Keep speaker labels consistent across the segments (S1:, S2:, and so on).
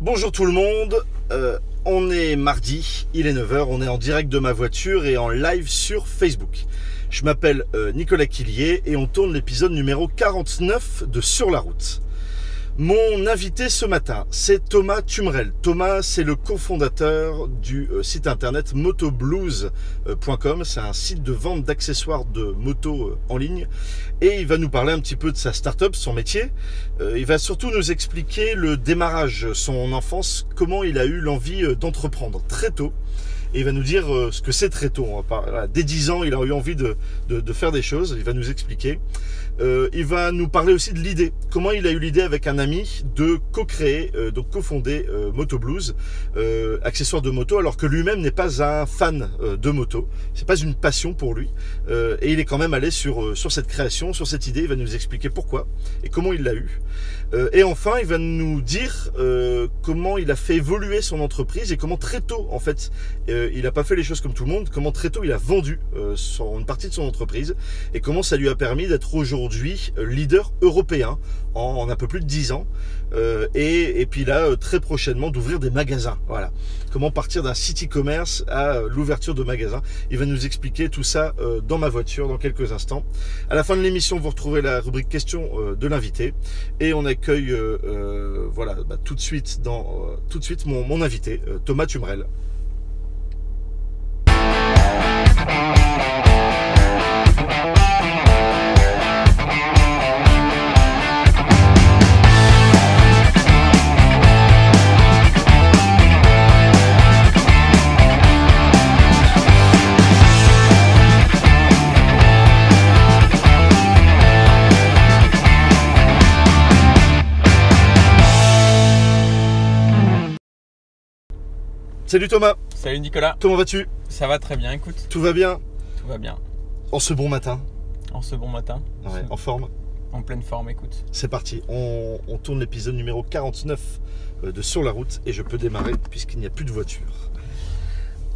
S1: Bonjour tout le monde, euh, on est mardi, il est 9h, on est en direct de ma voiture et en live sur Facebook. Je m'appelle euh, Nicolas Quillier et on tourne l'épisode numéro 49 de Sur la route. Mon invité ce matin, c'est Thomas Tumrel. Thomas, c'est le cofondateur du euh, site internet motoblues.com. C'est un site de vente d'accessoires de moto euh, en ligne. Et il va nous parler un petit peu de sa start-up, son métier. Euh, Il va surtout nous expliquer le démarrage, son enfance, comment il a eu l'envie euh, d'entreprendre très tôt. Et il va nous dire euh, ce que c'est très tôt. On va pas- voilà, dès 10 ans, il a eu envie de, de- de faire des choses. Il va nous expliquer. Euh, il va nous parler aussi de l'idée. Comment il a eu l'idée avec un ami de co-créer, euh, donc co-fonder euh, Moto Blues, euh, accessoire de moto, alors que lui-même n'est pas un fan euh, de moto. C'est pas une passion pour lui. Euh, et il est quand même allé sur, euh, sur cette création, sur cette idée. Il va nous expliquer pourquoi et comment il l'a eu. Euh, et enfin, il va nous dire euh, comment il a fait évoluer son entreprise et comment très tôt, en fait, euh, il n'a pas fait les choses comme tout le monde, comment très tôt il a vendu euh, son- une partie de son entreprise et comment ça lui a permis d'être aujourd'hui euh, leader européen en, en un peu plus de 10 ans. Euh, et, et puis là, euh, très prochainement, d'ouvrir des magasins. Voilà. Comment partir d'un site e-commerce à euh, l'ouverture de magasins. Il va nous expliquer tout ça euh, dans ma voiture dans quelques instants. À la fin de l'émission, vous retrouvez la rubrique questions euh, de l'invité. Et on accueille euh, euh, voilà, bah, tout de suite, dans, euh, tout de suite mon, mon invité, euh, Thomas Tumrel. Salut Thomas,
S2: Salut Nicolas,
S1: comment vas-tu
S2: ça va très bien, écoute,
S1: Tout va bien
S2: tout va bien.
S1: En ce bon matin,
S2: En ce bon matin,
S1: Ah ouais, en forme
S2: en pleine forme, écoute.
S1: C'est parti, on, on tourne l'épisode numéro 49 euh, de Sur la route et je peux démarrer puisqu'il n'y a plus de voiture.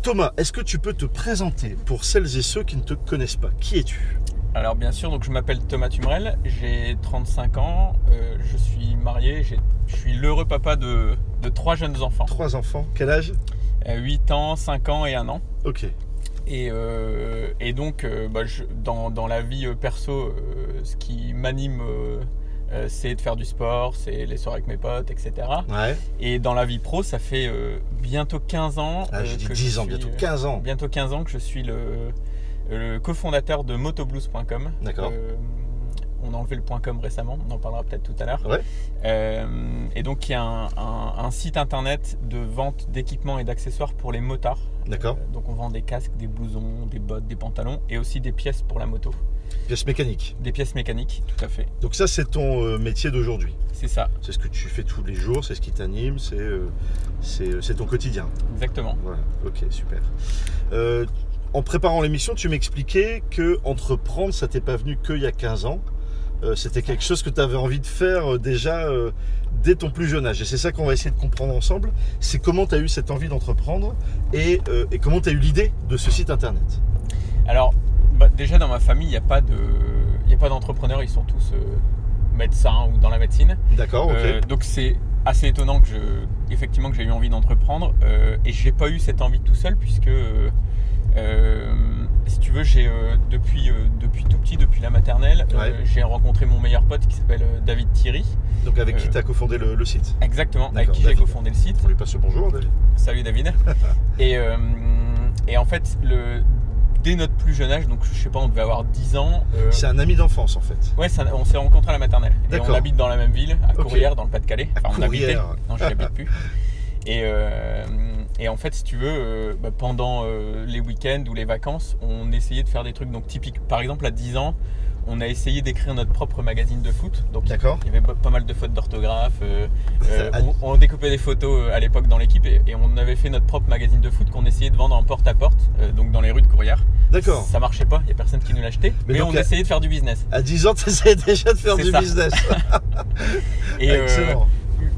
S1: Thomas, est-ce que tu peux te présenter pour celles et ceux qui ne te connaissent pas Qui es-tu
S2: Alors bien sûr, donc je m'appelle Thomas Tumrel, j'ai 35 ans, euh, je suis marié, j'ai- je suis l'heureux papa de, de trois jeunes enfants,
S1: Trois enfants, quel âge
S2: euh, 8 ans, 5 ans et 1 an.
S1: Ok,
S2: Et, euh, et donc, euh, bah, je- dans, dans la vie euh, perso, euh, ce qui m'anime, euh, euh, c'est de faire du sport, c'est les soirées avec mes potes, etc.
S1: ouais,
S2: Et dans la vie pro, ça fait euh, bientôt 15 ans.
S1: ah, j'ai
S2: euh,
S1: dit
S2: que
S1: 10
S2: je
S1: ans,
S2: suis,
S1: bientôt
S2: euh,
S1: 15 ans.
S2: bientôt 15 ans que je suis le, le cofondateur de motoblues.com.
S1: D'accord.
S2: Euh, on a enlevé le .com récemment, on en parlera peut-être tout à l'heure.
S1: Ouais.
S2: Euh, et donc, il y a un, un- un site internet de vente d'équipements et d'accessoires pour les motards.
S1: D'accord,
S2: Euh, donc, on vend des casques, des blousons, des bottes, des pantalons et aussi des pièces pour la moto,
S1: pièce mécanique.
S2: des pièces mécaniques, tout à fait.
S1: Donc ça c'est ton euh, métier d'aujourd'hui.
S2: C'est ça,
S1: C'est ce que tu fais tous les jours, c'est ce qui t'anime, c'est euh, c'est- c'est ton quotidien.
S2: exactement.
S1: Voilà, ok, super. Euh, en préparant l'émission, tu m'expliquais que entreprendre, ça t'est pas venu qu'il y a 15 ans. Euh, C'était quelque chose que tu avais envie de faire euh, déjà euh, dès ton plus jeune âge. Et c'est ça qu'on va essayer de comprendre ensemble. C'est comment tu as eu cette envie d'entreprendre et, euh, et comment tu as eu l'idée de ce site internet.
S2: Alors, bah, déjà dans ma famille, il n'y a pas de, il y a pas d'entrepreneurs, ils sont tous euh, médecins ou dans la médecine.
S1: D'accord, Ah, ok.
S2: Euh, donc c'est assez étonnant que je, effectivement que j'ai eu envie d'entreprendre euh, et j'ai pas eu cette envie tout seul puisque euh, euh, si tu veux j'ai euh, depuis euh, depuis tout petit depuis la maternelle euh,
S1: Ouais.
S2: j'ai rencontré mon meilleur pote qui s'appelle euh, David Thierry
S1: Donc avec qui
S2: euh,
S1: tu as cofondé le, le site
S2: exactement avec
S1: D'accord,
S2: qui j'ai
S1: David.
S2: cofondé le site
S1: On lui passe le bonjour, David.
S2: Salut David. et, euh, et en fait, le, dès notre plus jeune âge, donc je sais pas, on devait avoir 10 ans. euh,
S1: C'est un ami d'enfance en fait.
S2: ouais, ça- on s'est rencontrés à la maternelle. Et on
S1: D'accord.
S2: habite dans la même ville, à
S1: Ok.
S2: Courrières, dans le Pas-de-Calais.
S1: À
S2: on habitait.
S1: Courrières.
S2: Non, je n'y habite plus. Et, euh, et en fait, si tu veux, euh, bah, pendant euh, les week-ends ou les vacances, on essayait de faire des trucs donc typiques. Par exemple, à 10 ans, on a essayé d'écrire notre propre magazine de foot. Donc,
S1: D'accord
S2: il y avait pas mal de fautes d'orthographe. euh, euh,
S1: Ça-
S2: on, on découpait des photos euh, à l'époque dans l'équipe et, et on avait fait notre propre magazine de foot qu'on essayait de vendre en porte-à-porte, euh, donc dans les rues de Courrières.
S1: D'accord.
S2: Ça marchait pas, il n'y a personne qui nous l'achetait,
S1: Mais
S2: mais,
S1: donc,
S2: on
S1: la-
S2: essayait de faire du business.
S1: À 10 ans, tu déjà de faire
S2: C'est
S1: du
S2: ça.
S1: business.
S2: Et euh,
S1: Excellent.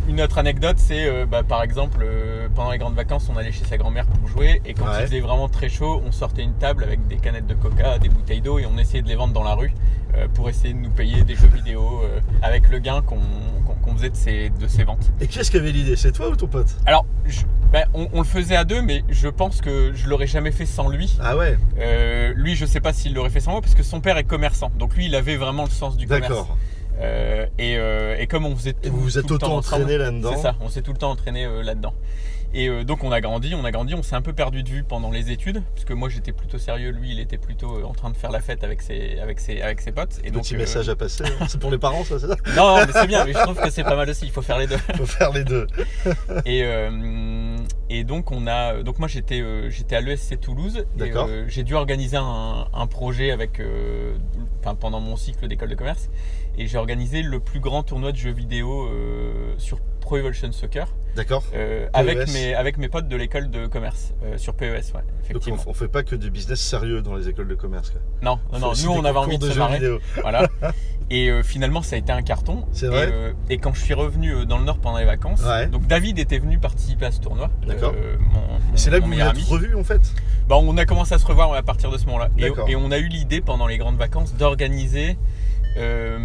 S2: une autre anecdote, c'est euh, bah, par exemple, euh, pendant les grandes vacances, on allait chez sa grand-mère pour jouer et quand
S1: Ouais.
S2: il faisait vraiment très chaud, on sortait une table avec des canettes de coca, des bouteilles d'eau et on essayait de les vendre dans la rue euh, pour essayer de nous payer des jeux vidéo euh, avec le gain qu'on qu'on- qu'on qu'on faisait de ces, de ces ventes.
S1: Et qui est-ce qui avait l'idée C'est toi ou ton pote
S2: Alors, je- ben, on, on le faisait à deux, mais je pense que je l'aurais jamais fait sans lui.
S1: Ah ouais,
S2: Euh, lui, je sais pas s'il l'aurait fait sans moi, parce que son père est commerçant. Donc lui, il avait vraiment le sens du commerce.
S1: d'accord.
S2: Euh, et, euh, et comme on faisait tout,
S1: Et vous vous êtes
S2: tout le temps
S1: autant
S2: ensemble,
S1: entraîné là-dedans.
S2: c'est ça, on s'est tout le temps entraîné euh, là-dedans. Et euh, donc on a grandi, on a grandi, on s'est un peu perdu de vue pendant les études, parce que moi j'étais plutôt sérieux, lui il était plutôt euh, en train de faire la fête avec ses, avec ses, avec ses potes. Et donc,
S1: Petit
S2: euh,
S1: message à passer. hein. c'est pour les parents, ça, c'est ça
S2: Non, non, mais c'est bien, mais je trouve que c'est pas mal aussi, il faut faire les deux.
S1: Faut faire les deux.
S2: Et, euh, et donc on a, donc moi j'étais, euh, j'étais à l'ESC Toulouse, et,
S1: D'accord.
S2: euh, j'ai dû organiser un, un projet avec, euh, enfin, pendant mon cycle d'école de commerce, et j'ai organisé le plus grand tournoi de jeux vidéo euh, sur Pro Evolution Soccer.
S1: D'accord
S2: Euh,
S1: PES.
S2: avec, mes, avec mes potes de l'école de commerce euh, sur PES, ouais,
S1: Donc on,
S2: effectivement.
S1: on fait pas que du business sérieux dans les écoles de commerce. quoi.
S2: non, non,
S1: Faut
S2: non,
S1: aussi
S2: nous
S1: des
S2: on avait
S1: concours
S2: envie de,
S1: jeux
S2: se marrer.
S1: vidéo.
S2: Voilà. Et euh, finalement, ça a été un carton.
S1: C'est
S2: Et,
S1: vrai
S2: euh, et quand je suis revenu euh, dans le Nord pendant les vacances,
S1: Ouais.
S2: donc David était venu participer à ce tournoi.
S1: D'accord.
S2: euh, mon- mon-
S1: Et c'est là que
S2: mon
S1: vous vous
S2: meilleur
S1: êtes
S2: ami.
S1: revus en fait
S2: Bah, on a commencé à se revoir ouais, à partir de ce moment-là. Et,
S1: D'accord.
S2: et on a eu l'idée pendant les grandes vacances d'organiser euh,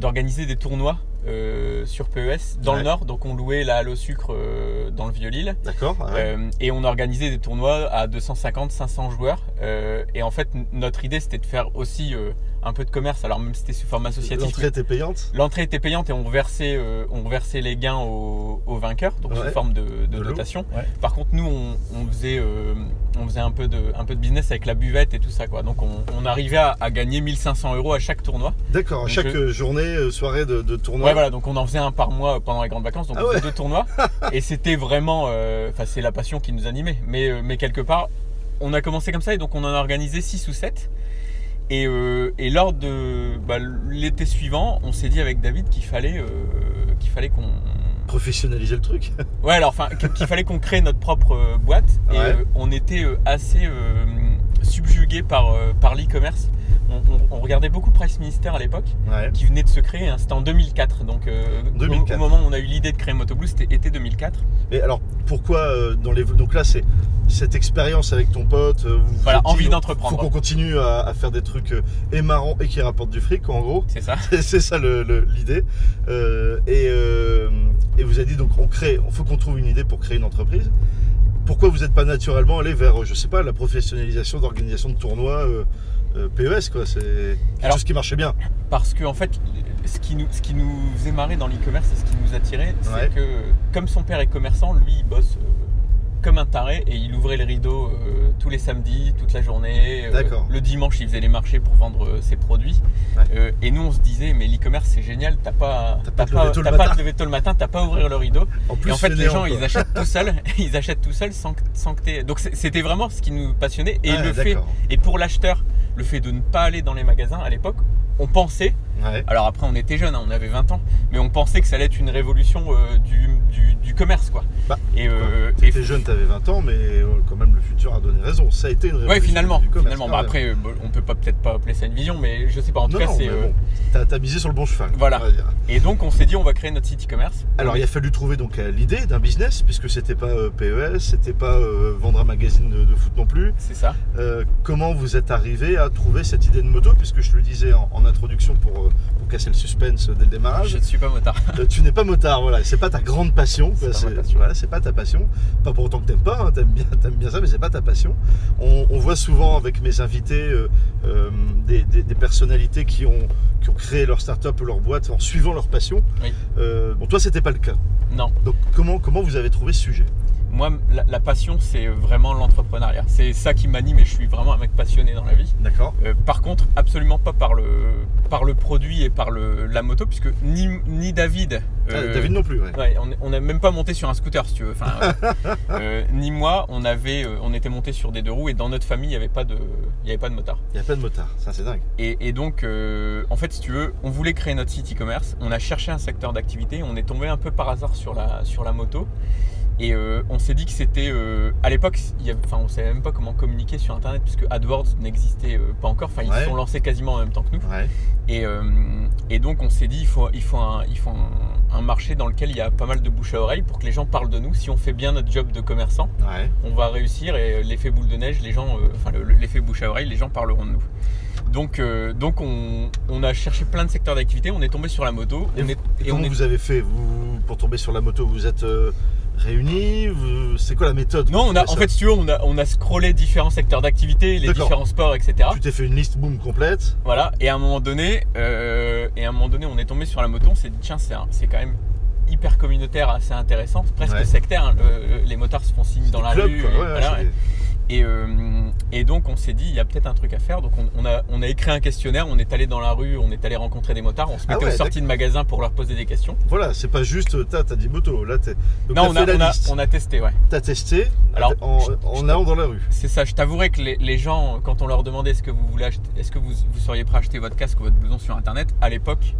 S2: d'organiser des tournois euh, sur PES dans
S1: Ouais.
S2: le Nord. Donc on louait la halle au sucre euh, dans le Vieux-Lille.
S1: D'accord ah ouais.
S2: Euh, et on organisait des tournois à 250-500 joueurs. Euh, et en fait, n- notre idée, c'était de faire aussi euh, un peu de commerce. Alors même si c'était sous forme associative,
S1: L'entrée était payante
S2: l'entrée était payante et on versait, euh, on versait les gains aux, aux vainqueurs, donc
S1: Ouais.
S2: sous forme de, de
S1: De l'eau.
S2: dotation.
S1: Ouais.
S2: Par contre, nous, on, on faisait, euh, on faisait un, peu de, un peu de business avec la buvette et tout ça. Quoi. Donc on, on arrivait à, à gagner 1500 euros à chaque tournoi.
S1: D'accord, à
S2: Donc,
S1: chaque
S2: je-
S1: euh, journée, euh, soirée de, de
S2: Ouais.
S1: tournoi.
S2: voilà, donc on en faisait un par mois pendant les grandes vacances, donc
S1: Ah
S2: on faisait
S1: ouais.
S2: deux tournois. et c'était vraiment, euh, enfin c'est la passion qui nous animait. Mais, euh, mais quelque part, on a commencé comme ça et donc on en a organisé 6 ou 7. Et, euh, et lors de bah, l'été suivant, on s'est dit avec David qu'il fallait euh, qu'il fallait qu'on
S1: Professionnaliser le truc.
S2: ouais alors enfin qu'il qu'il fallait qu'on crée notre propre euh, boîte et
S1: Ouais.
S2: euh, on était euh, assez euh, subjugué par euh, par l'e-commerce. On, on- on regardait beaucoup Price Minister à l'époque
S1: Ouais.
S2: qui venait de se créer. hein, C'était en 2004. Donc, euh, au-
S1: 2004.
S2: Au, moment où on a eu l'idée de créer Motoblue, c'était été 2004.
S1: Et alors pourquoi euh, dans les donc là c'est cette expérience avec ton pote euh, vous vous
S2: Voilà,
S1: êtes dit,
S2: envie
S1: faut qu'on
S2: d'entreprendre.
S1: continue à, à faire des trucs euh, et marrants et qui rapportent du fric en gros
S2: C'est ça.
S1: c'est c'est ça le- le- l'idée Euh, et, euh, et vous avez dit donc on crée il faut qu'on trouve une idée pour créer une entreprise pourquoi vous n'êtes pas naturellement allé vers euh, je sais pas la professionnalisation d'organisation de tournois euh, euh, PES quoi c'est quelque
S2: Alors-
S1: chose qui marchait bien
S2: Parce que, en fait, ce qui nous, ce qui nous faisait marrer dans l'e-commerce et ce qui nous attirait, c'est
S1: Ouais.
S2: que, comme son père est commerçant, lui, il bosse euh, comme un taré et il ouvrait les rideaux euh, tous les samedis, toute la journée. Euh,
S1: D'accord.
S2: le dimanche, il faisait les marchés pour vendre euh, ses produits.
S1: Ouais.
S2: Euh, et nous, on se disait, mais l'e-commerce, c'est génial, t'as pas,
S1: T'as pas à te lever tôt le
S2: t'as pas à
S1: matin.
S2: te lever tôt le matin, t'as pas à ouvrir le rideau.
S1: en plus
S2: Et en fait, les
S1: fainéant,
S2: gens,
S1: quoi.
S2: ils achètent tout seuls. Ils achètent tout seuls sans, que- sans que t'aies. Donc, c'est- c'était vraiment ce qui nous passionnait. Et,
S1: Ah,
S2: le fait,
S1: d'accord.
S2: et pour l'acheteur, le fait de ne pas aller dans les magasins à l'époque, on pensait.
S1: Ouais.
S2: Alors, après, on était jeunes, hein, on avait 20 ans. Mais on pensait que ça allait être une révolution euh, du, du- du commerce, quoi.
S1: Bah,
S2: et, euh, et-
S1: T'étais jeune, t'avais 20 ans, mais euh, quand même le futur a donné raison. Ça a été une révolution.
S2: ouais, finalement.
S1: du commerce,
S2: finalement.
S1: quand
S2: Bah,
S1: même.
S2: après, euh, bon, on peut pas peut-être pas appeler ça une vision, mais je sais pas. En tout
S1: non,
S2: cas,
S1: non,
S2: c'est.
S1: mais
S2: euh,
S1: bon, t'as t'as misé sur le bon cheval.
S2: Voilà.
S1: on va dire.
S2: Et donc, on s'est dit, on va créer notre site e-commerce.
S1: Alors, il a fallu trouver donc euh, l'idée d'un business, puisque c'était pas euh, PES, c'était pas euh, vendre un magazine de, de foot non plus.
S2: C'est ça.
S1: Euh, comment vous êtes arrivé à trouver cette idée de moto Puisque je le disais en, en introduction pour, euh, pour casser le suspense dès le démarrage,
S2: Je ne suis pas motard.
S1: euh, tu n'es pas motard, voilà. C'est pas ta grande passion.
S2: C'est
S1: quoi,
S2: pas ma
S1: c'est-
S2: passion.
S1: voilà, c'est pas ta passion. Pas pour autant que t'aimes pas, hein, t'aimes bien, t'aimes bien ça, mais c'est pas ta passion. On, on voit souvent avec mes invités euh, euh, des, des- des personnalités qui ont, qui ont créé leur start-up ou leur boîte en suivant leur passion.
S2: Oui.
S1: Euh, bon, toi, c'était pas le cas.
S2: Non.
S1: Donc, comment, comment vous avez trouvé ce sujet
S2: Moi, la, la passion, c'est vraiment l'entrepreneuriat. C'est ça qui m'anime et je suis vraiment un mec passionné dans la vie.
S1: D'accord
S2: Euh, par contre, absolument pas par le, par le produit et par le, la moto, puisque ni, ni David. euh,
S1: Ah, David non plus, ouais.
S2: ouais, on est- on n'a même pas monté sur un scooter, si tu veux. Enfin, euh, euh, ni moi, on, avait, euh, on était monté sur des deux roues et dans notre famille, il n'y avait, pas de- il y avait pas de motard.
S1: Il n'y a pas de motard, ça c'est dingue.
S2: Et, et donc, euh, en fait, si tu veux, on voulait créer notre site e-commerce. On a cherché un secteur d'activité. On est tombé un peu par hasard sur la, sur la moto. Et euh, on s'est dit que c'était. euh, à l'époque, il y avait- enfin, on ne savait même pas comment communiquer sur Internet, puisque AdWords n'existait euh, pas encore. Enfin, ils
S1: Ouais.
S2: se sont lancés quasiment en même temps que nous.
S1: Ouais.
S2: Et, euh, et donc, on s'est dit, il faut, il faut, un, il faut un, un marché dans lequel il y a pas mal de bouche à oreille pour que les gens parlent de nous. Si on fait bien notre job de commerçant,
S1: Ouais.
S2: on va réussir et euh, l'effet boule de neige, les gens, euh, enfin le- le- l'effet bouche à oreille, les gens parleront de nous. Donc, euh, donc on, on a cherché plein de secteurs d'activité, on est tombé sur la moto,
S1: Et
S2: on
S1: Et,
S2: est, et on
S1: comment
S2: est-
S1: vous avez fait vous, Pour tomber sur la moto, vous êtes euh, réunis vous- C'est quoi la méthode
S2: non, on a, en
S1: Ça-
S2: fait, si tu veux, on a, on a scrollé différents secteurs d'activité, les
S1: D'accord.
S2: différents sports, etc.
S1: Tu t'es fait une liste boom complète
S2: Voilà. Et à un moment donné, euh, et à un moment donné, on est tombé sur la moto, on s'est dit tiens, c'est un- c'est quand même hyper communautaire, assez intéressant, c'est presque
S1: Ouais.
S2: sectaire. hein, le- le- les motards se font signe dans
S1: Des
S2: la
S1: clubs,
S2: rue.
S1: quoi.
S2: et
S1: Ouais, ouais,
S2: voilà,
S1: c'est des-
S2: Et, euh, et donc on s'est dit, il y a peut-être un truc à faire. Donc on, on a, on a écrit un questionnaire, on est allé dans la rue, on est allé rencontrer des motards, on se
S1: Ah
S2: mettait
S1: ouais,
S2: aux sorties de magasins pour leur poser des questions.
S1: Voilà, c'est pas juste euh, t'as t'as dit moto, là t'es. Donc
S2: non,
S1: t'as
S2: on
S1: fait
S2: a,
S1: la
S2: on, a,
S1: liste,
S2: on a testé, ouais.
S1: t'as testé
S2: Alors,
S1: en,
S2: je-
S1: en allant dans la rue.
S2: C'est ça, je t'avouerai que les, les gens, quand on leur demandait est-ce que vous voulez acheter, est-ce que vous, vous seriez prêt à acheter votre casque ou votre blouson sur internet, à l'époque,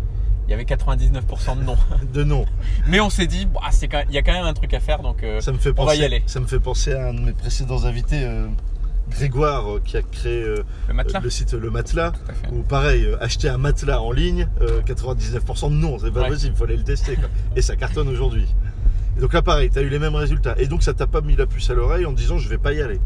S2: il y avait 99% de non.
S1: De non,
S2: Mais on s'est dit, bah, c'est quand même- il y a quand même un truc à faire, donc euh,
S1: ça me fait
S2: on
S1: penser.
S2: va y aller.
S1: Ça me fait penser à un de mes précédents invités, euh, Grégoire, euh, qui a créé euh,
S2: le matelas.
S1: le site Le Matelas.
S2: Tout à fait.
S1: Ou pareil, euh, acheter un matelas en ligne, euh, 99% de non, c'est pas
S2: Ouais.
S1: possible, il fallait le tester. quoi. Et ça cartonne aujourd'hui. Et donc là, pareil, t'as eu les mêmes résultats. Et donc ça t'a pas mis la puce à l'oreille en te disant je vais pas y aller.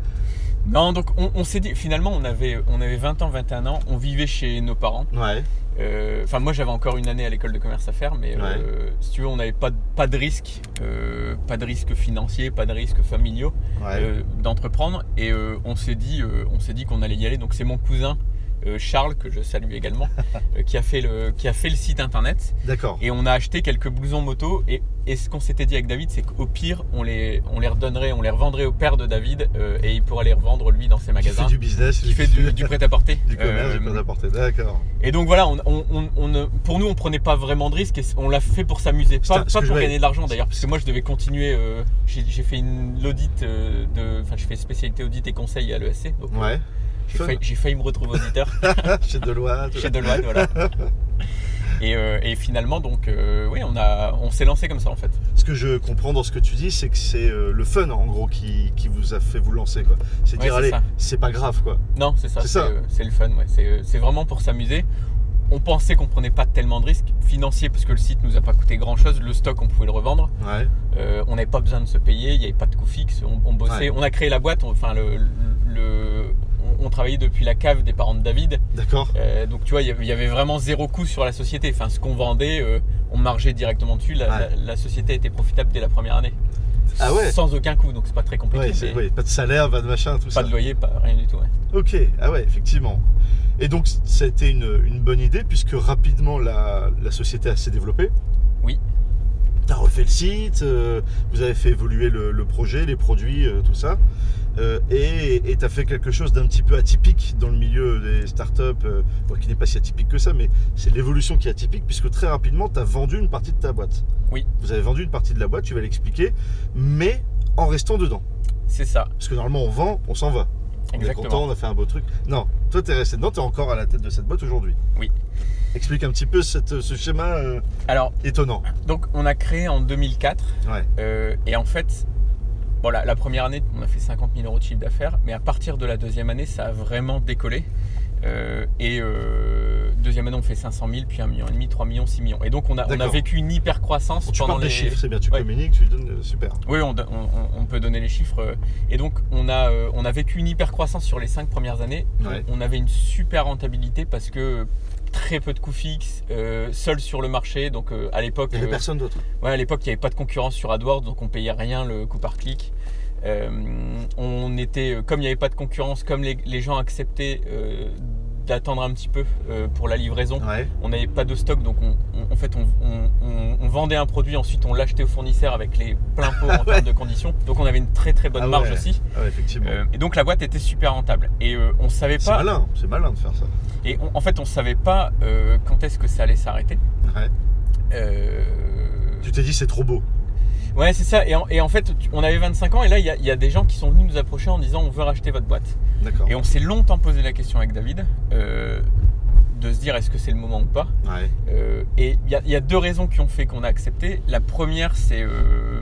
S2: Non, donc on, on s'est dit, finalement, on avait, on avait 20 ans, 21 ans, on vivait chez nos parents.
S1: Ouais,
S2: Euh, Enfin, moi j'avais encore une année à l'école de commerce à faire, mais euh, si tu veux, on n'avait pas, de- pas de risque, euh, pas de risque financier, pas de risque familiaux
S1: ouais.
S2: euh, d'entreprendre. Et euh, on s'est dit, euh, on s'est dit qu'on allait y aller. Donc c'est mon cousin euh, Charles que je salue également, euh, qui a fait le qui a fait le site internet.
S1: D'accord.
S2: Et on a acheté quelques blousons moto. Et, et ce qu'on s'était dit avec David, c'est qu'au pire, on les on les redonnerait, on les revendrait au père de David, euh, et il pourra les revendre lui dans ses
S1: Qui fait
S2: magasins.
S1: du business,
S2: Qui fait du, du prêt-à-porter.
S1: du commerce,
S2: Euh,
S1: du prêt-à-porter. D'accord.
S2: et donc voilà, on, on- on- on ne- pour nous, on prenait pas vraiment de risques et on l'a fait pour s'amuser,
S1: Putain,
S2: pas,
S1: ce
S2: pas
S1: que
S2: pour
S1: je vais-
S2: gagner de l'argent d'ailleurs, parce que moi je devais continuer. euh, j'ai j'ai fait une l'audit euh, de, enfin je fais spécialité audit et conseil à l'ESC, donc euh,
S1: Ouais.
S2: j'ai
S1: Fun.
S2: failli, j'ai failli me retrouver auditeur
S1: chez Deloitte.
S2: euh, chez Deloitte, voilà. Et, euh, et finalement, donc euh, oui, on a, on s'est lancé comme ça en fait.
S1: Ce que je comprends dans ce que tu dis, c'est que c'est euh, le fun en gros qui, qui vous a fait vous lancer. quoi. C'est
S2: Ouais,
S1: dire
S2: c'est
S1: allez,
S2: ça.
S1: c'est pas grave quoi.
S2: Non, c'est ça,
S1: C'est
S2: c'est
S1: ça.
S2: euh, c'est le fun, ouais. c'est euh, c'est vraiment pour s'amuser. On pensait qu'on prenait pas tellement de risques financiers parce que le site nous a pas coûté grand chose, le stock on pouvait le revendre.
S1: Ouais.
S2: Euh, on n'avait pas besoin de se payer, il n'y avait pas de coût fixe, on, on bossait, on a créé la boîte, on- enfin le, le- le- on, on travaillait depuis la cave des parents de David,
S1: D'accord.
S2: Euh, donc tu vois il y avait- il y avait vraiment zéro coût sur la société, enfin ce qu'on vendait, euh, on margeait directement dessus, la,
S1: Ouais.
S2: la- la société était profitable dès la première année,
S1: Ah ouais
S2: sans aucun coût, donc c'est pas très compliqué,
S1: Ouais, c'est-
S2: Euh, mais
S1: ouais, pas de salaire, pas de machin, tout
S2: pas
S1: ça.
S2: de loyer, pas rien du tout. ouais.
S1: Ok, ah ouais, effectivement. Et donc, c'était une, une bonne idée puisque rapidement la, la société a s'est développée.
S2: Oui.
S1: T'as refait le site, euh, vous avez fait évoluer le, le projet, les produits, euh, tout ça. Euh, et et t'as fait quelque chose d'un petit peu atypique dans le milieu des startups, euh, bon, qui n'est pas si atypique que ça, mais c'est l'évolution qui est atypique puisque très rapidement, t'as vendu une partie de ta boîte.
S2: Oui.
S1: Vous avez vendu une partie de la boîte, tu vas l'expliquer, mais en restant dedans.
S2: C'est ça,
S1: Parce que normalement, on vend, on s'en va. On est
S2: exactement.
S1: content, on a fait un beau truc. Non, toi, t'es resté dedans, t'es encore à la tête de cette boîte aujourd'hui.
S2: Oui.
S1: Explique un petit peu cette- ce schéma euh,
S2: Alors
S1: étonnant.
S2: Donc on a créé en 2004.
S1: Ouais.
S2: Euh, et en fait, voilà, la première année, on a fait 50 000 euros de chiffre d'affaires. Mais à partir de la deuxième année, ça a vraiment décollé. Euh, et euh, deuxième année, on fait 500 000, puis 1,5 million, 3 millions, 6 millions. Et donc on a, on a
S1: D'accord.
S2: vécu une hyper croissance
S1: Tu
S2: pendant
S1: parles
S2: les
S1: des chiffres, c'est bien, tu
S2: Ouais.
S1: communiques, tu donnes, euh, super.
S2: Oui, on, on- on- on peut donner les chiffres. Euh, Et donc on a, euh, on a vécu une hyper croissance sur les 5 premières années.
S1: Ouais.
S2: On avait une super rentabilité parce que euh, très peu de coûts fixes, euh, seul sur le marché. Donc euh, à l'époque,
S1: Il n'y avait
S2: euh,
S1: personne d'autre.
S2: Ouais, à l'époque, il n'y avait pas de concurrence sur AdWords, donc on payait rien le coup par clic. Euh, on était, euh, comme il n'y avait pas de concurrence, comme les, les gens acceptaient euh, d'attendre un petit peu euh, pour la livraison,
S1: Ouais,
S2: on n'avait pas de stock, donc on, on- en fait, on, on- on- on vendait un produit, ensuite on l'achetait au fournisseur avec les pleins pots en termes de conditions. Donc on avait une très très bonne
S1: Ah
S2: marge
S1: ouais.
S2: aussi.
S1: Ah ouais, effectivement.
S2: Euh, et donc la boîte était super rentable. Et euh, on savait
S1: c'est
S2: pas,
S1: malin, c'est malin de faire ça.
S2: et on- en fait, on savait pas euh, quand est-ce que ça allait s'arrêter.
S1: Ouais.
S2: Euh,
S1: Tu t'es dit, c'est trop beau.
S2: Ouais, c'est ça. Et en, et en fait, tu- on avait 25 ans et là, il y, a- il y a des gens qui sont venus nous approcher en disant on veut racheter votre boîte.
S1: D'accord.
S2: Et on s'est longtemps posé la question avec David euh, de se dire est-ce que c'est le moment ou pas.
S1: Ouais,
S2: Euh, et il y, a- il y a deux raisons qui ont fait qu'on a accepté. La première, c'est euh,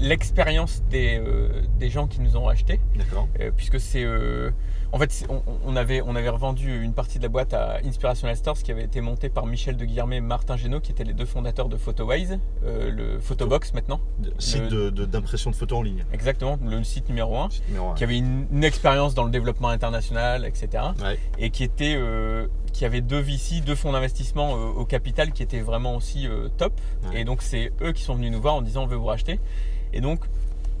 S2: l'expérience des, euh, des gens qui nous ont acheté,
S1: D'accord.
S2: euh, puisque c'est. euh, en fait, c'est- on, on avait, on avait revendu une partie de la boîte à Inspirational Stores qui avait été montée par Michel de Guillermet et Martin Génaud, qui étaient les deux fondateurs de PhotoWise, euh, le Photobox maintenant,
S1: De- Site de-
S2: Euh,
S1: de- d'impression de, photos en ligne.
S2: exactement, le site numéro 1,
S1: Site numéro un.
S2: qui avait une, une expérience dans le développement international, etc.
S1: Ouais.
S2: Et qui, était, euh, qui avait deux VC, deux fonds d'investissement euh, au capital qui étaient vraiment aussi euh, top.
S1: Ouais.
S2: Et donc, c'est eux qui sont venus nous voir en disant on veut vous racheter. Et donc,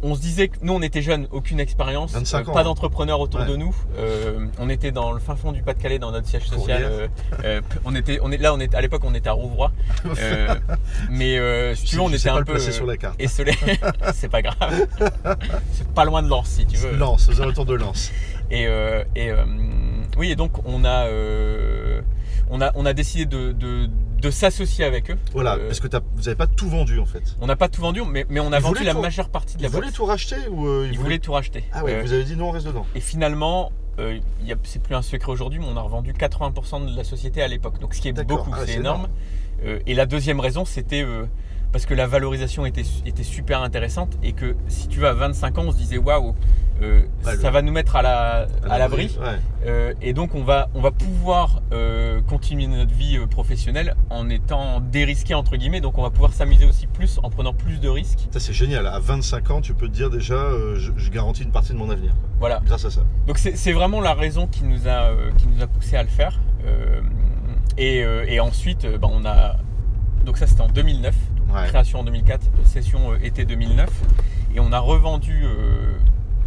S2: on se disait que nous, on était jeunes, aucune expérience, euh,
S1: 25 ans,
S2: pas
S1: hein.
S2: d'entrepreneurs autour
S1: Ouais.
S2: de nous. Euh, on était dans le fin fond du Pas-de-Calais, dans notre siège social.
S1: Courrières.
S2: euh, euh, on était, on est, là, on est, à l'époque, on était à Rouvroy. Euh, mais euh, si
S1: Je
S2: tu veux, on
S1: sais- je sais
S2: était
S1: pas
S2: un
S1: le
S2: peu. euh,
S1: placer sur la carte.
S2: Et c'est pas grave. c'est pas loin de Lens, si tu veux.
S1: Lance, aux alentours de Lance.
S2: Et, euh, et, euh, oui, et donc on a, euh, on a, on a décidé de, de- de s'associer avec eux.
S1: Voilà,
S2: Euh,
S1: parce que t'as- vous n'avez pas tout vendu en fait.
S2: On n'a pas tout vendu, mais, mais on a
S1: Ils
S2: vendu
S1: voulaient
S2: la
S1: tout-
S2: majeure partie de
S1: Ils
S2: la
S1: voulaient
S2: boîte.
S1: tout racheter ou euh,
S2: Ils voulaient tout racheter.
S1: Ah ouais,
S2: Euh,
S1: vous avez dit non, on reste dedans.
S2: Et finalement, euh, il y a- c'est plus un secret aujourd'hui, mais on a revendu 80% de la société à l'époque. Donc ce qui est
S1: D'accord.
S2: beaucoup,
S1: Ah ouais,
S2: c'est
S1: c'est
S2: énorme. Euh, et la deuxième raison, c'était euh, parce que la valorisation était, était super intéressante et que si tu vas à 25 ans, on se disait waouh, euh,
S1: Ouais,
S2: ça
S1: Bah, le-
S2: va nous mettre à la- à l'abri.
S1: Ouais.
S2: Euh, et donc on va, on va pouvoir euh, continuer notre vie euh, professionnelle en étant dérisqué entre guillemets. Donc on va pouvoir s'amuser aussi plus en prenant plus de risques.
S1: Ça c'est génial, à 25 ans tu peux te dire déjà euh, je, je garantis une partie de mon avenir quoi.
S2: Voilà.
S1: grâce à ça.
S2: Donc c'est c'est vraiment la raison qui nous a, euh, qui nous a poussé à le faire. Euh, et, euh, et ensuite, euh, ben, on a. Donc ça c'était en 2009,
S1: Ouais.
S2: création en 2004, session euh, été 2009. Et on a revendu euh,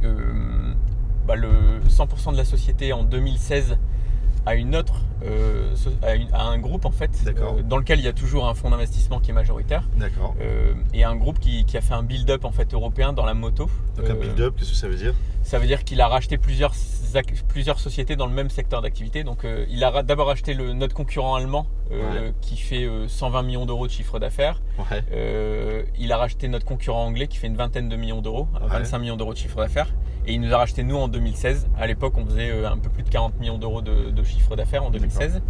S2: euh, bah, le 100% de la société en 2016 à une autre, euh, so- à, une- à un groupe en fait, euh,
S1: D'accord.
S2: dans lequel il y a toujours un fonds d'investissement qui est majoritaire.
S1: D'accord.
S2: Euh, et un groupe qui, qui a fait un build-up en fait européen dans la moto.
S1: Donc un
S2: Euh,
S1: build-up, qu'est-ce que ça veut dire
S2: ça veut dire qu'il a racheté plusieurs, ac- plusieurs sociétés dans le même secteur d'activité. Donc, euh, il a ra- d'abord acheté le, notre concurrent allemand euh, qui fait euh, 120 millions d'euros de chiffre d'affaires.
S1: Ouais.
S2: Euh, il a racheté notre concurrent anglais qui fait une vingtaine de millions d'euros, euh,
S1: Ouais.
S2: 25 millions d'euros de chiffre d'affaires. Et il nous a racheté nous en 2016. À l'époque, on faisait euh, un peu plus de 40 millions d'euros de, de chiffre d'affaires en 2016.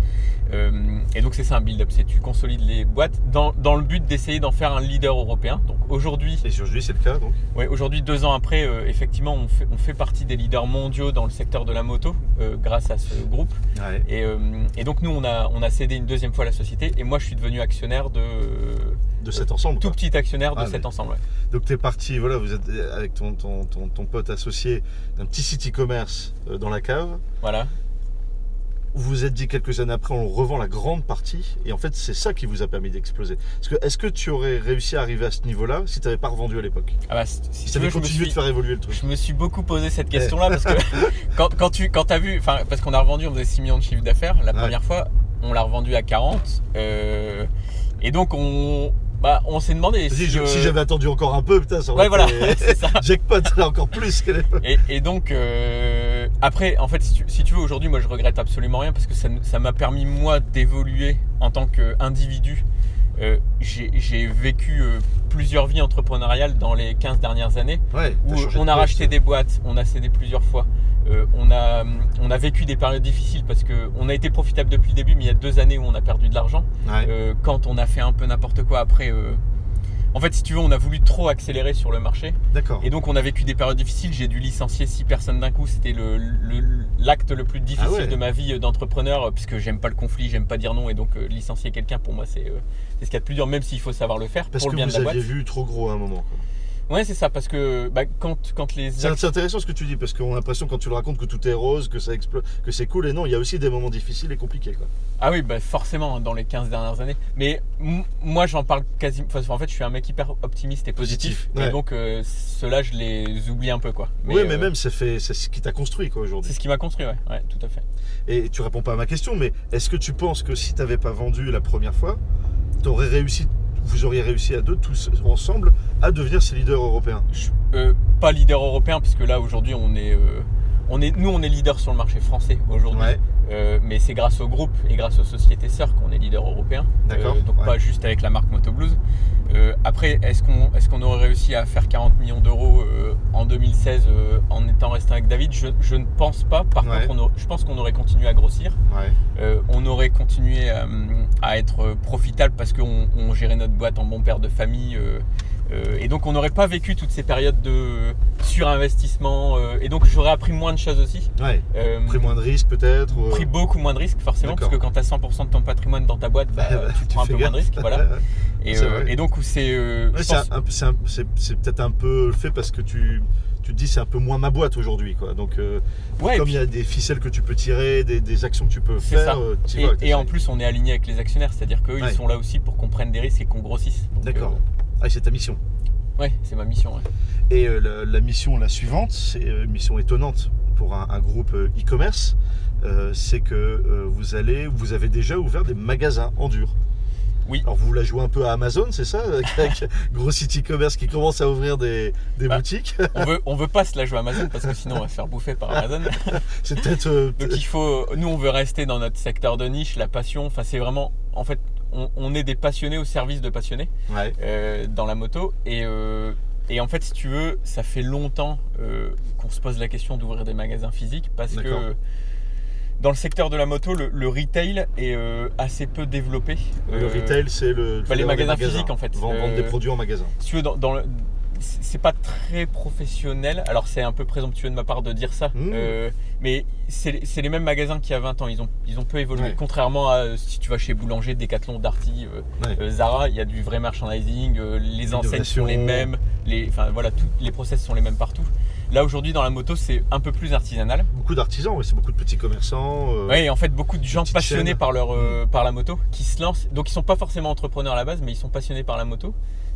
S2: Euh, et donc, c'est ça un build-up c'est tu consolides les boîtes dans, dans le but d'essayer d'en faire un leader européen. Donc, aujourd'hui,
S1: Et aujourd'hui c'est le cas donc
S2: Ouais, aujourd'hui, deux ans après, euh, effectivement, on fait, on fait partie des leaders mondiaux dans le secteur de la moto euh, grâce à ce groupe.
S1: Ouais.
S2: Et, euh, et donc, nous, on a, on a cédé une deuxième fois la société. Et moi, je suis devenu actionnaire de.
S1: De cet ensemble.
S2: tout
S1: quoi.
S2: petit actionnaire de
S1: Ah,
S2: cet
S1: mais-
S2: ensemble. ouais.
S1: Donc t'es parti, voilà, vous êtes euh, avec ton, ton, ton, ton pote associé d'un petit site e-commerce euh, dans la cave.
S2: Voilà.
S1: Vous vous êtes dit quelques années après, on revend la grande partie. Et en fait, c'est ça qui vous a permis d'exploser. Parce que est-ce que tu aurais réussi à arriver à ce niveau-là si tu n'avais pas revendu à l'époque
S2: Ah bah, si- si
S1: Si
S2: tu
S1: tu avais
S2: veux, je me
S1: continué
S2: suis-
S1: de faire Eh. évoluer le truc
S2: Je me suis beaucoup posé cette question-là parce que quand, quand tu quand as vu, enfin parce qu'on a revendu, on faisait 6 millions de chiffre d'affaires la
S1: Ouais.
S2: première fois, on l'a revendu à 40. euh, et donc on, bah, on s'est demandé
S1: Si,
S2: si,
S1: je-
S2: euh,
S1: si j'avais attendu encore un peu, putain, ça aurait
S2: ouais voilà,
S1: été-
S2: c'est ça.
S1: Jackpot, là encore plus qu'à l'époque.
S2: Et, et donc, euh, après, en fait, si tu, si tu veux, aujourd'hui, moi, je regrette absolument rien parce que ça nous- ça m'a permis, moi, d'évoluer en tant qu'individu. Euh, J'ai j'ai vécu euh, plusieurs vies entrepreneuriales dans les 15 dernières années
S1: Ouais,
S2: où
S1: t'as changé
S2: on
S1: de
S2: a
S1: poste.
S2: racheté des boîtes, on a cédé plusieurs fois, euh, on, a, on a vécu des périodes difficiles parce que on a été profitable depuis le début, mais il y a deux années où on a perdu de l'argent.
S1: Ouais.
S2: Euh, quand on a fait un peu n'importe quoi après. euh, en fait, si tu veux, on a voulu trop accélérer sur le marché.
S1: D'accord.
S2: Et donc on a vécu des périodes difficiles, j'ai dû licencier 6 personnes d'un coup, c'était le- le- l'acte le, plus difficile
S1: Ah ouais.
S2: de ma vie euh, d'entrepreneur, euh, puisque j'aime pas le conflit, j'aime pas dire non, et donc euh, licencier quelqu'un pour moi c'est euh, c'est ce qu'il y a de plus dur, même s'il faut savoir le faire
S1: Parce
S2: pour
S1: que
S2: le bien
S1: vous
S2: de la
S1: aviez
S2: boîte.
S1: vu trop gros à un moment. quoi.
S2: Ouais c'est ça, parce que bah, quand, quand les...
S1: C'est
S2: actes-
S1: c'est intéressant ce que tu dis, parce qu'on a l'impression quand tu le racontes que tout est rose, que ça explose, que c'est cool. Et non, il y a aussi des moments difficiles et compliqués. Quoi.
S2: Ah oui, bah, forcément, dans les 15 dernières années. Mais m- moi j'en parle quasiment... enfin, en fait je suis un mec hyper optimiste et positif,
S1: Positif, ouais.
S2: et donc euh, ceux-là je les oublie un peu quoi.
S1: oui, mais
S2: euh,
S1: même, ça fait, c'est ce qui t'a construit quoi, aujourd'hui.
S2: C'est ce qui m'a construit, ouais. ouais, tout à fait.
S1: Et tu réponds pas à ma question, mais est-ce que tu penses que si t'avais pas vendu la première fois, t'aurais réussi, vous auriez réussi à deux, tous ensemble, à devenir ces leaders européens
S2: Je- euh, pas leader européen puisque là aujourd'hui on est euh, on est nous on est leader sur le marché français aujourd'hui
S1: Ouais,
S2: Euh, mais c'est grâce au groupe et grâce aux sociétés sœurs qu'on est leader européen
S1: D'accord,
S2: Euh, donc
S1: ouais.
S2: pas juste avec la marque Moto Blues Euh, après est-ce qu'on est-ce qu'on aurait réussi à faire 40 millions d'euros euh, en 2016 euh, en étant resté avec David je, je ne pense pas par
S1: Ouais.
S2: contre on aurait- je pense qu'on aurait continué à grossir
S1: ouais.
S2: euh, on aurait continué euh, à être profitable parce qu'on on gérait notre boîte en bon père de famille. euh, Euh, et donc on n'aurait pas vécu toutes ces périodes de surinvestissement. euh, et donc j'aurais appris moins de choses aussi.
S1: Ouais.
S2: Euh,
S1: Pris moins de risques peut-être ou- euh,
S2: pris beaucoup moins de risques forcément, parce
S1: D'accord.
S2: que quand tu as 100% de ton patrimoine dans ta boîte, bah,
S1: Bah, bah,
S2: tu prends un
S1: fais
S2: peu moins de
S1: gaffe.
S2: risques. Voilà. Et,
S1: C'est
S2: euh,
S1: vrai.
S2: et donc où c'est... euh,
S1: Ouais,
S2: je
S1: c'est
S2: pense-
S1: un- un peu- c'est un- c'est- c'est peut-être un peu fait parce que tu, tu te dis c'est un peu moins ma boîte aujourd'hui. quoi. Donc, euh,
S2: ouais, et
S1: comme
S2: puis-
S1: il y a des ficelles que tu peux tirer, des, des actions que tu peux
S2: C'est ça.
S1: faire, euh, t'y
S2: Et,
S1: vas,
S2: et
S1: t'essayes.
S2: en plus, on est aligné avec les actionnaires, c'est-à-dire qu'eux,
S1: Ouais.
S2: ils sont là aussi pour qu'on prenne des risques et qu'on grossisse. Donc,
S1: D'accord. Ah, c'est ta mission.
S2: euh, ouais, c'est ma mission. ouais.
S1: Et euh, la, la mission la suivante, c'est euh, une mission étonnante pour un, un groupe euh, e-commerce, euh, c'est que euh, vous allez, vous avez déjà ouvert des magasins en dur.
S2: Oui.
S1: Alors vous la jouez un peu à Amazon, c'est ça Avec gros site e-commerce qui commence à ouvrir des, des
S2: Bah.
S1: boutiques.
S2: On veut, on veut pas se la jouer Amazon parce que sinon on va se faire bouffer par Amazon.
S1: C'est peut-être. euh,
S2: Donc il faut, nous on veut rester dans notre secteur de niche, la passion. Enfin c'est vraiment, en fait, on, on est des passionnés au service de passionnés
S1: ouais.
S2: euh, dans la moto. Et, euh, et en fait, si tu veux, ça fait longtemps euh, qu'on se pose la question d'ouvrir des magasins physiques parce que
S1: D'accord.
S2: euh, dans le secteur de la moto, le, le retail est euh, assez peu développé.
S1: Le
S2: Euh,
S1: retail, c'est le.
S2: bah, les
S1: faire des
S2: magasins physiques, en fait.
S1: Vendre, vendre
S2: Euh,
S1: des produits en magasin.
S2: si tu veux, dans, dans le- c'est c'est pas très professionnel. Alors c'est un peu présomptueux de ma part de dire ça,
S1: Mmh.
S2: euh, mais c'est c'est les mêmes magasins qu'il y a 20 ans. Ils ont, ils ont peu évolué.
S1: Ouais.
S2: Contrairement à euh, si tu vas chez Boulanger, Decathlon, Darty, euh,
S1: Ouais.
S2: euh, Zara, il y a du vrai merchandising. euh, les enseignes sont les
S1: L'innovation.
S2: mêmes. Les, enfin voilà, tous les process sont les mêmes partout. Là aujourd'hui dans la moto, c'est un peu plus artisanal.
S1: Beaucoup d'artisans, ouais, c'est beaucoup de petits commerçants. euh,
S2: Ouais, et en fait beaucoup de gens
S1: petites
S2: passionnés
S1: chaînes.
S2: par leur euh, par la moto qui se lancent. Donc ils sont pas forcément entrepreneurs à la base, mais ils sont passionnés par la moto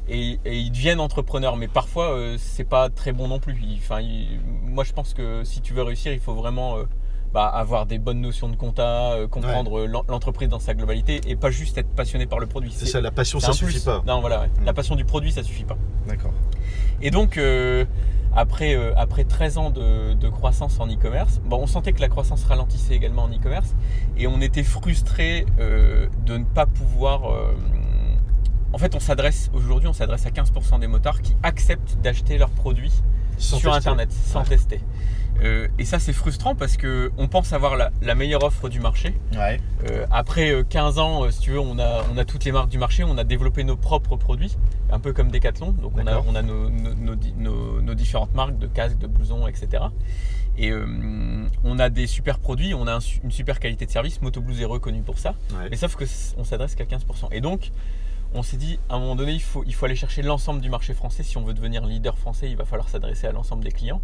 S2: et, et ils deviennent entrepreneurs. Mais parfois euh, c'est pas très bon non plus. Il- Enfin, il- moi je pense que si tu veux réussir, il faut vraiment euh, bah, avoir des bonnes notions de compta, euh, comprendre euh, l'en- l'entreprise dans sa globalité et pas juste être passionné par le produit.
S1: C'est ça, la passion,
S2: c'est
S1: ça
S2: un
S1: suffit
S2: plus.
S1: pas.
S2: Non voilà, ouais.
S1: Mm.
S2: la passion du produit ça suffit pas.
S1: D'accord.
S2: Et donc, euh, après, euh, après 13 ans de, de croissance en e-commerce, bon, on sentait que la croissance ralentissait également en e-commerce et on était frustré euh, de ne pas pouvoir. euh, en fait, on s'adresse aujourd'hui, on s'adresse à 15% des motards qui acceptent d'acheter leurs produits
S1: Sans
S2: sur
S1: tester.
S2: Internet sans
S1: Ouais.
S2: tester. Euh, et ça, c'est frustrant parce que on pense avoir la, la meilleure offre du marché.
S1: Ouais.
S2: Euh, après euh, 15 ans, euh, si tu veux, on a, on a toutes les marques du marché, on a développé nos propres produits, un peu comme Decathlon. Donc on a,
S1: D'accord.
S2: on a nos, nos- nos di- nos- nos différentes marques de casques, de blousons, etc. Et euh, on a des super produits, on a un su- une super qualité de service. Motoblues est reconnu pour ça.
S1: Ouais.
S2: Mais sauf que c- on s'adresse qu'à 15%. Et donc, on s'est dit, à un moment donné, il faut, il faut aller chercher l'ensemble du marché français. Si on veut devenir leader français, il va falloir s'adresser à l'ensemble des clients.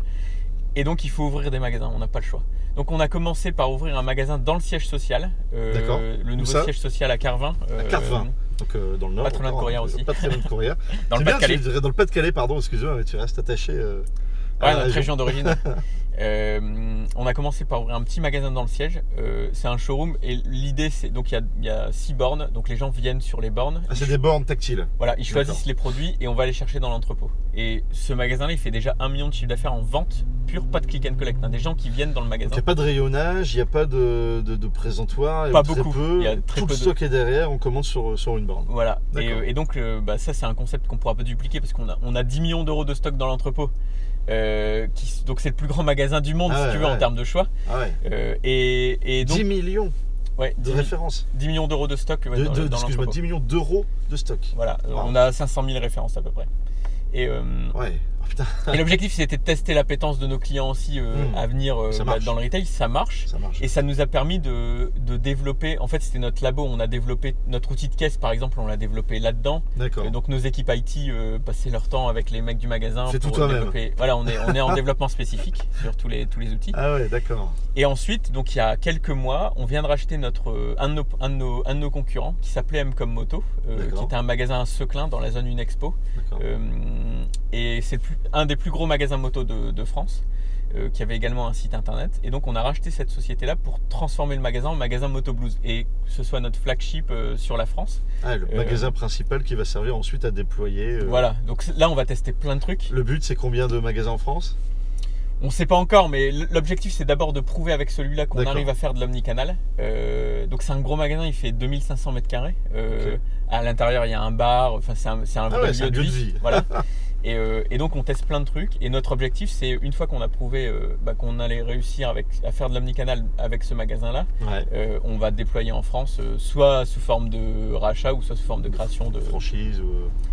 S2: Et donc, il faut ouvrir des magasins. On n'a pas le choix. Donc, on a commencé par ouvrir un magasin dans le siège social. euh,
S1: D'accord.
S2: Le nouveau
S1: ça
S2: siège social à Carvin. euh,
S1: Carvin. Donc euh, dans le nord.
S2: Pas très loin de
S1: encore,
S2: Courrières
S1: hein,
S2: aussi.
S1: Pas très loin de Courrières.
S2: dans le
S1: C'est bien,
S2: Pas-de-Calais.
S1: tu- Dans le Pas-de-Calais, pardon, excuse-moi, mais tu restes attaché euh, à
S2: Ouais,
S1: la
S2: notre région d'origine. Euh, on a commencé par ouvrir un petit magasin dans le siège. Euh, c'est un showroom et l'idée, c'est donc il y a- il y, a six bornes. Donc les gens viennent sur les bornes.
S1: Ah, c'est des bornes tactiles.
S2: Voilà, ils choisissent
S1: D'accord.
S2: les produits et on va les chercher dans l'entrepôt. Et ce magasin-là, il fait déjà un million de chiffre d'affaires en vente pure, pas de click and collect. hein, des gens qui viennent dans le
S1: Il
S2: magasin.
S1: n'y a pas de rayonnage, il n'y a pas de, de, de présentoir.
S2: Pas
S1: ou très
S2: beaucoup.
S1: Peu.
S2: Il y a très
S1: Tout
S2: peu
S1: le
S2: de-
S1: stock est derrière, on commence sur, euh, sur une borne.
S2: Voilà. Et,
S1: D'accord.
S2: euh, et donc, euh, bah, ça, c'est un concept qu'on pourra pas dupliquer parce qu'on a, on a 10 millions d'euros de stock dans l'entrepôt. Euh, qui s- donc, c'est le plus grand magasin du monde,
S1: Ah
S2: si
S1: ouais,
S2: tu veux, en
S1: ouais.
S2: termes de choix.
S1: Ah ouais.
S2: Euh, et, et donc,
S1: 10 millions
S2: ouais,
S1: de
S2: 10,
S1: références.
S2: 10 millions d'euros de stock ouais,
S1: De-
S2: dans,
S1: de-
S2: le- dans
S1: Excuse-moi,
S2: l'entrepôt.
S1: 10 millions d'euros de stock.
S2: Voilà, euh,
S1: Wow.
S2: on a 500 000 références à peu près. Et, euh,
S1: Ouais. Ah, putain,
S2: et l'objectif, c'était de tester l'appétence de nos clients aussi euh,
S1: Hmm.
S2: à venir euh,
S1: Ça
S2: bah,
S1: marche.
S2: dans le retail. Ça marche.
S1: ça marche.
S2: Et ça nous a permis de, de développer, en fait c'était notre labo, on a développé notre outil de caisse par exemple, on l'a développé là-dedans.
S1: D'accord.
S2: Et Donc nos équipes IT euh, passaient leur temps avec les mecs du magasin.
S1: Fais tout
S2: pour
S1: toi-même.
S2: développer- Voilà, on est, on est en développement spécifique sur tous les, tous les outils.
S1: Ah ouais, d'accord.
S2: Et ensuite, donc il y a quelques mois, on vient de racheter notre, euh, un, de nos, un de nos- un de nos concurrents qui s'appelait M comme Moto, euh,
S1: D'accord.
S2: qui était un magasin à Seclin dans la zone Unexpo.
S1: d'accord.
S2: Euh, et c'est le plus- un des plus gros magasins moto de, de France, euh, qui avait également un site internet. Et donc on a racheté cette société-là pour transformer le magasin en magasin Moto Blues. Et que ce soit notre flagship euh, sur la France.
S1: Ah, le
S2: euh,
S1: magasin principal qui va servir ensuite à déployer. euh,
S2: Voilà, donc là on va tester plein de trucs.
S1: Le but, c'est combien de magasins en France
S2: On ne sait pas encore, mais l- l'objectif c'est d'abord de prouver avec celui-là qu'on
S1: D'accord.
S2: arrive à faire de l'omnicanal. Euh, donc c'est un gros magasin, il fait 2500 mètres carrés. Euh,
S1: Ok.
S2: À l'intérieur il y a un bar, enfin c'est un, c'est un
S1: Ah
S2: vrai
S1: ouais, c'est un lieu de vie.
S2: Voilà. Et, euh, et donc on teste plein de trucs. Et notre objectif, c'est une fois qu'on a prouvé euh, bah, qu'on allait réussir avec, à faire de l'omnicanal avec ce magasin-là,
S1: Ouais.
S2: euh, on va déployer en France, euh, soit sous forme de rachat ou soit sous forme de création de.
S1: Euh, Franchise ou.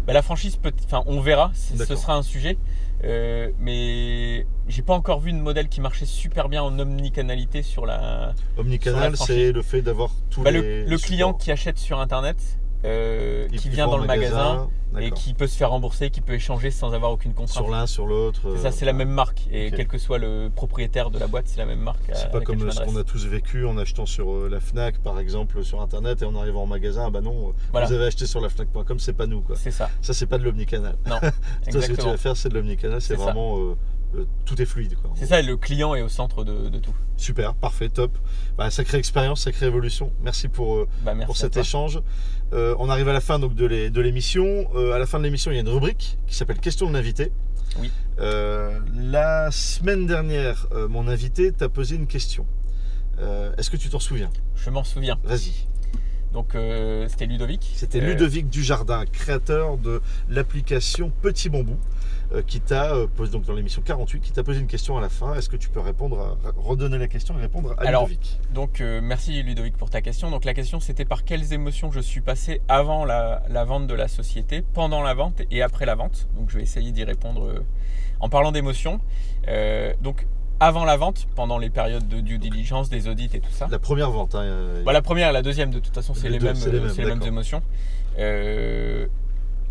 S2: Bah, la franchise, peut enfin, on verra. c'est- Ce
S1: D'accord.
S2: sera un sujet. Euh, mais j'ai pas encore vu de modèle qui marchait super bien en omnicanalité sur la.
S1: Omnicanal,
S2: Sur la
S1: c'est le fait d'avoir tous
S2: Bah,
S1: les.
S2: le, le client
S1: supports.
S2: qui achète sur internet, euh,
S1: Il-
S2: qui
S1: il
S2: vient
S1: va
S2: dans
S1: au
S2: le magasin, et
S1: d'accord.
S2: qui peut se faire rembourser, qui peut échanger sans avoir aucune contrainte.
S1: Sur l'un, sur l'autre.
S2: C'est
S1: euh,
S2: ça, c'est la même marque. Et
S1: ok.
S2: quel que soit le propriétaire de la boîte, c'est la même marque. euh, à
S1: C'est pas
S2: laquelle
S1: comme
S2: je
S1: euh, ce
S2: m'adresse.
S1: qu'on a tous vécu en achetant sur euh, la Fnac, par exemple, sur Internet, et en arrivant en magasin, ah bah non, euh,
S2: Voilà.
S1: vous avez acheté sur la Fnac.com, c'est pas nous quoi.
S2: C'est ça.
S1: Ça, c'est pas de l'omnicanal. Toi, ce que tu
S2: Exactement.
S1: vas faire, c'est de l'omnicanal, c'est
S2: C'est ça.
S1: vraiment euh, euh, tout est fluide quoi.
S2: C'est ça, le client est au centre de, de tout.
S1: Super, parfait, top. Bah, sacrée expérience, sacrée évolution. Merci pour, euh,
S2: Bah, merci.
S1: pour
S2: à
S1: cet
S2: toi.
S1: échange. Euh, on arrive à la fin donc, de l'é- de l'émission. Euh, à la fin de l'émission, il y a une rubrique qui s'appelle Question de l'invité.
S2: Oui.
S1: Euh, la semaine dernière, euh, mon invité t'a posé une question. Euh, Est-ce que tu t'en souviens
S2: Je m'en souviens.
S1: Vas-y.
S2: Donc euh, c'était Ludovic.
S1: C'était
S2: Euh,
S1: Ludovic Dujardin, créateur de l'application Petit Bambou, euh, qui t'a euh, posé donc dans l'émission 48, qui t'a posé une question à la fin. Est-ce que tu peux répondre, à, redonner la question et répondre à
S2: Alors,
S1: Ludovic
S2: Donc euh, merci Ludovic pour ta question. Donc la question c'était par quelles émotions je suis passé avant la, la vente de la société, pendant la vente et après la vente. Donc je vais essayer d'y répondre euh, en parlant d'émotions. Euh, donc avant la vente, pendant les périodes de due diligence, des audits et tout ça.
S1: La première vente. hein, euh,
S2: Bah, la première et la deuxième, de toute façon, c'est
S1: Les
S2: les,
S1: deux,
S2: mêmes,
S1: c'est les
S2: euh,
S1: mêmes,
S2: c'est les mêmes
S1: d'accord.
S2: émotions. Euh,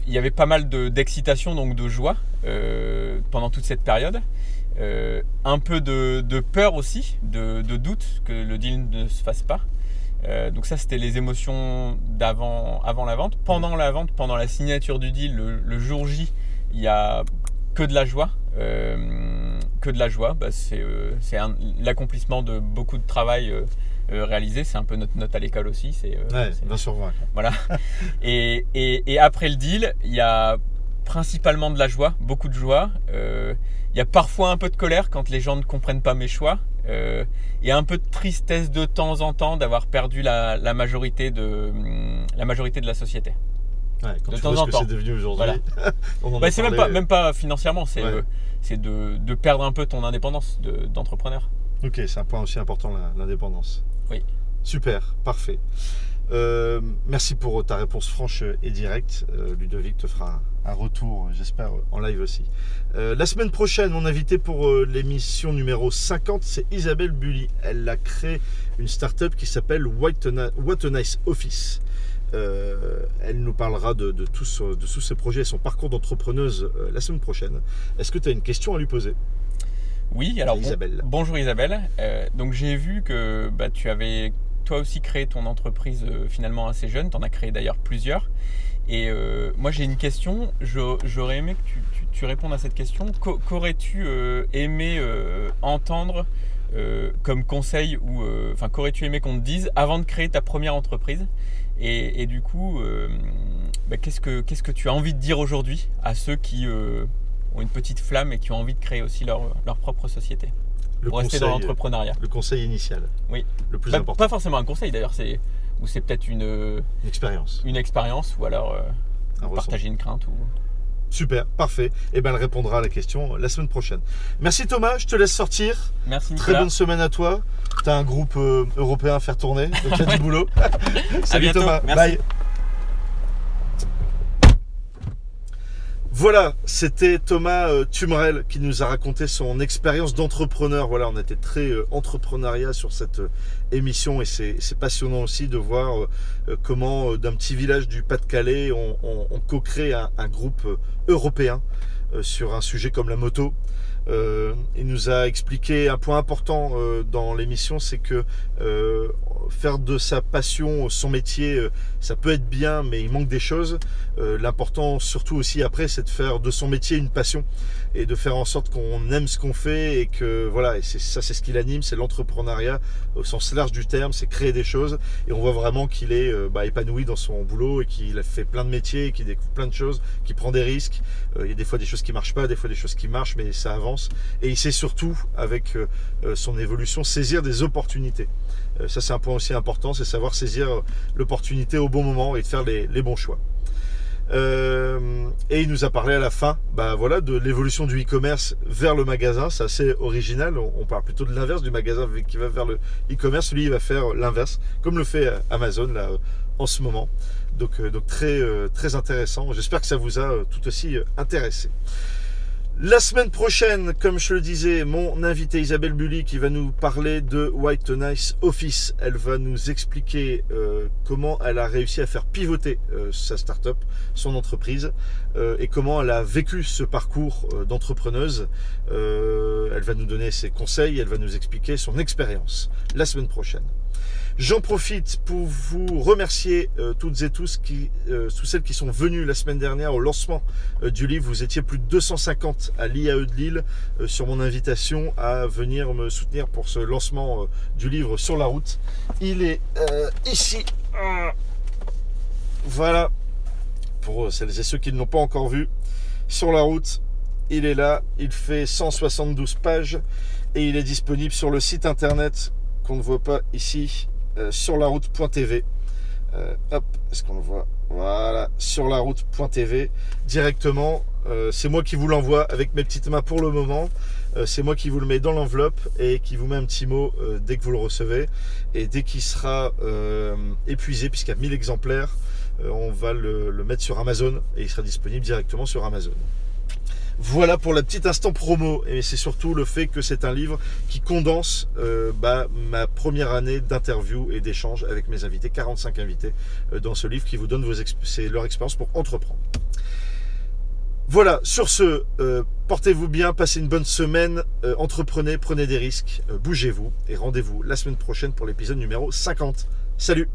S2: il y avait pas mal de- d'excitation, donc de joie euh, pendant toute cette période. Euh, un peu de, de peur aussi, de, de doute que le deal ne se fasse pas. Euh, donc ça, c'était les émotions d'avant avant la vente. Pendant la vente, pendant la signature du deal, le, le jour J, il y a que de la joie. Euh, que de la joie, Bah, c'est euh, c'est un- l'accomplissement de beaucoup de travail euh, euh, réalisé. C'est un peu notre note à l'école aussi. c'est, euh,
S1: Ouais,
S2: c'est-
S1: 20 sur 20. quoi.
S2: et, et- et après le deal, il y a principalement de la joie, beaucoup de joie. Euh, il y a parfois un peu de colère quand les gens ne comprennent pas mes choix. Euh, et un peu de tristesse de temps en temps d'avoir perdu la, la majorité de, hum, la majorité de la société.
S1: Ouais, quand
S2: De
S1: tu
S2: temps
S1: vois
S2: en
S1: ce que
S2: temps.
S1: c'est devenu aujourd'hui, on en a
S2: Bah, c'est même pas,
S1: parlé.
S2: même pas financièrement, c'est
S1: Ouais.
S2: euh, c'est de, de perdre un peu ton indépendance de- d'entrepreneur.
S1: Ok, c'est un point aussi important, la- l'indépendance.
S2: Oui.
S1: Super, parfait. Euh, merci pour ta réponse franche et directe. Euh, Ludovic te fera un, un retour, euh, j'espère, en live aussi. Euh, la semaine prochaine, mon invité pour euh, l'émission numéro 50, c'est Isabelle Bully. Elle a créé une start-up qui s'appelle White Ni- What a Nice Office. Euh, elle nous parlera de, de, tous, son- de tous ses projets et son parcours d'entrepreneuse euh, la semaine prochaine. Est-ce que tu as une question à lui poser
S2: Oui, alors
S1: à
S2: bon-
S1: Isabelle
S2: bonjour Isabelle. Euh, donc j'ai vu que bah, tu avais toi aussi créé ton entreprise euh, finalement assez jeune, tu en as créé d'ailleurs plusieurs. Et euh, moi j'ai une question, Je- j'aurais aimé que tu, tu- tu répondes à cette question. Qu'au- Qu'aurais-tu euh, aimé euh, entendre euh, comme conseil ou euh, enfin qu'aurais-tu aimé qu'on te dise avant de créer ta première entreprise et, et du coup, euh, bah, qu'est-ce que qu'est-ce que tu as envie de dire aujourd'hui à ceux qui euh, ont une petite flamme et qui ont envie de créer aussi leur, leur propre société
S1: Le euh,
S2: pour rester dans l'entrepreneuriat.
S1: Le conseil initial.
S2: Oui.
S1: Le plus
S2: Bah,
S1: important.
S2: pas forcément un conseil d'ailleurs, c'est ou c'est peut-être une, euh,
S1: L'expérience.
S2: une expérience ou alors euh,
S1: un ressenti.
S2: partager une crainte ou
S1: Super, parfait. Et ben elle répondra à la question la semaine prochaine. Merci Thomas, je te laisse sortir.
S2: merci
S1: Très
S2: Nicolas.
S1: bonne semaine à toi. T'as un groupe euh, européen à faire tourner, donc t'as du boulot. Salut
S2: bientôt,
S1: Thomas,
S2: merci.
S1: bye. Voilà, c'était Thomas euh, Tumrel qui nous a raconté son expérience d'entrepreneur. Voilà, on était très euh, entrepreneuriat sur cette euh, émission et c'est c'est passionnant aussi de voir euh, euh, comment euh, d'un petit village du Pas-de-Calais on, on- on co-crée un, un groupe euh, européen euh, sur un sujet comme la moto. Euh, il nous a expliqué un point important euh, dans l'émission, c'est que euh, faire de sa passion son métier, euh, ça peut être bien, mais il manque des choses. Euh, L'important surtout aussi après, c'est de faire de son métier une passion et de faire en sorte qu'on aime ce qu'on fait et que voilà, et c'est ça c'est ce qui l'anime, c'est l'entrepreneuriat au sens large du terme, c'est créer des choses et on voit vraiment qu'il est euh, bah, épanoui dans son boulot et qu'il a fait plein de métiers, qu'il découvre plein de choses, qu'il prend des risques. Euh, il y a des fois des choses qui marchent pas, des fois des choses qui marchent, mais ça avance et il sait surtout avec euh, euh, son évolution saisir des opportunités. Euh, ça, c'est un point aussi important, c'est savoir saisir euh, l'opportunité au bon moment et de faire les, les bons choix. Euh, Et il nous a parlé à la fin bah voilà, de l'évolution du e-commerce vers le magasin. C'est assez original. On, on parle plutôt de l'inverse du magasin qui va vers le e-commerce. Lui, il va faire l'inverse, comme le fait euh, Amazon là, en ce moment. Donc, euh, donc très, euh, très intéressant. J'espère que ça vous a euh, tout aussi euh, intéressé. La semaine prochaine, comme je le disais, mon invité Isabelle Bully qui va nous parler de White Nice Office. Elle va nous expliquer euh, comment elle a réussi à faire pivoter euh, sa start-up, son entreprise, euh, et comment elle a vécu ce parcours euh, d'entrepreneuse. Euh, elle va nous donner ses conseils, elle va nous expliquer son expérience la semaine prochaine. J'en profite pour vous remercier euh, toutes et tous qui, euh, tous celles qui sont venues la semaine dernière au lancement euh, du livre. Vous étiez plus de 250 à l'IAE de Lille euh, sur mon invitation à venir me soutenir pour ce lancement euh, du livre sur la route. Il est euh, ici. Ah. Voilà. Pour euh, celles et ceux qui ne l'ont pas encore vu, sur la route, il est là. Il fait 172 pages et il est disponible sur le site internet qu'on ne voit pas ici, euh, sur la route.tv. Euh, hop, est-ce qu'on le voit Voilà, sur la route.tv directement. euh, c'est moi qui vous l'envoie avec mes petites mains pour le moment. Euh, c'est moi qui vous le mets dans l'enveloppe et qui vous met un petit mot euh, dès que vous le recevez. Et dès qu'il sera euh, épuisé, puisqu'il y a 1000 exemplaires, euh, on va le, le mettre sur Amazon et il sera disponible directement sur Amazon. Voilà pour la petite instant promo. Et c'est surtout le fait que c'est un livre qui condense euh, bah, ma première année d'interview et d'échange avec mes invités, 45 invités euh, dans ce livre qui vous donne vos exp- c'est leur expérience pour entreprendre. Voilà, sur ce, euh, portez-vous bien, passez une bonne semaine, euh, entreprenez, prenez des risques, euh, bougez-vous et rendez-vous la semaine prochaine pour l'épisode numéro 50. Salut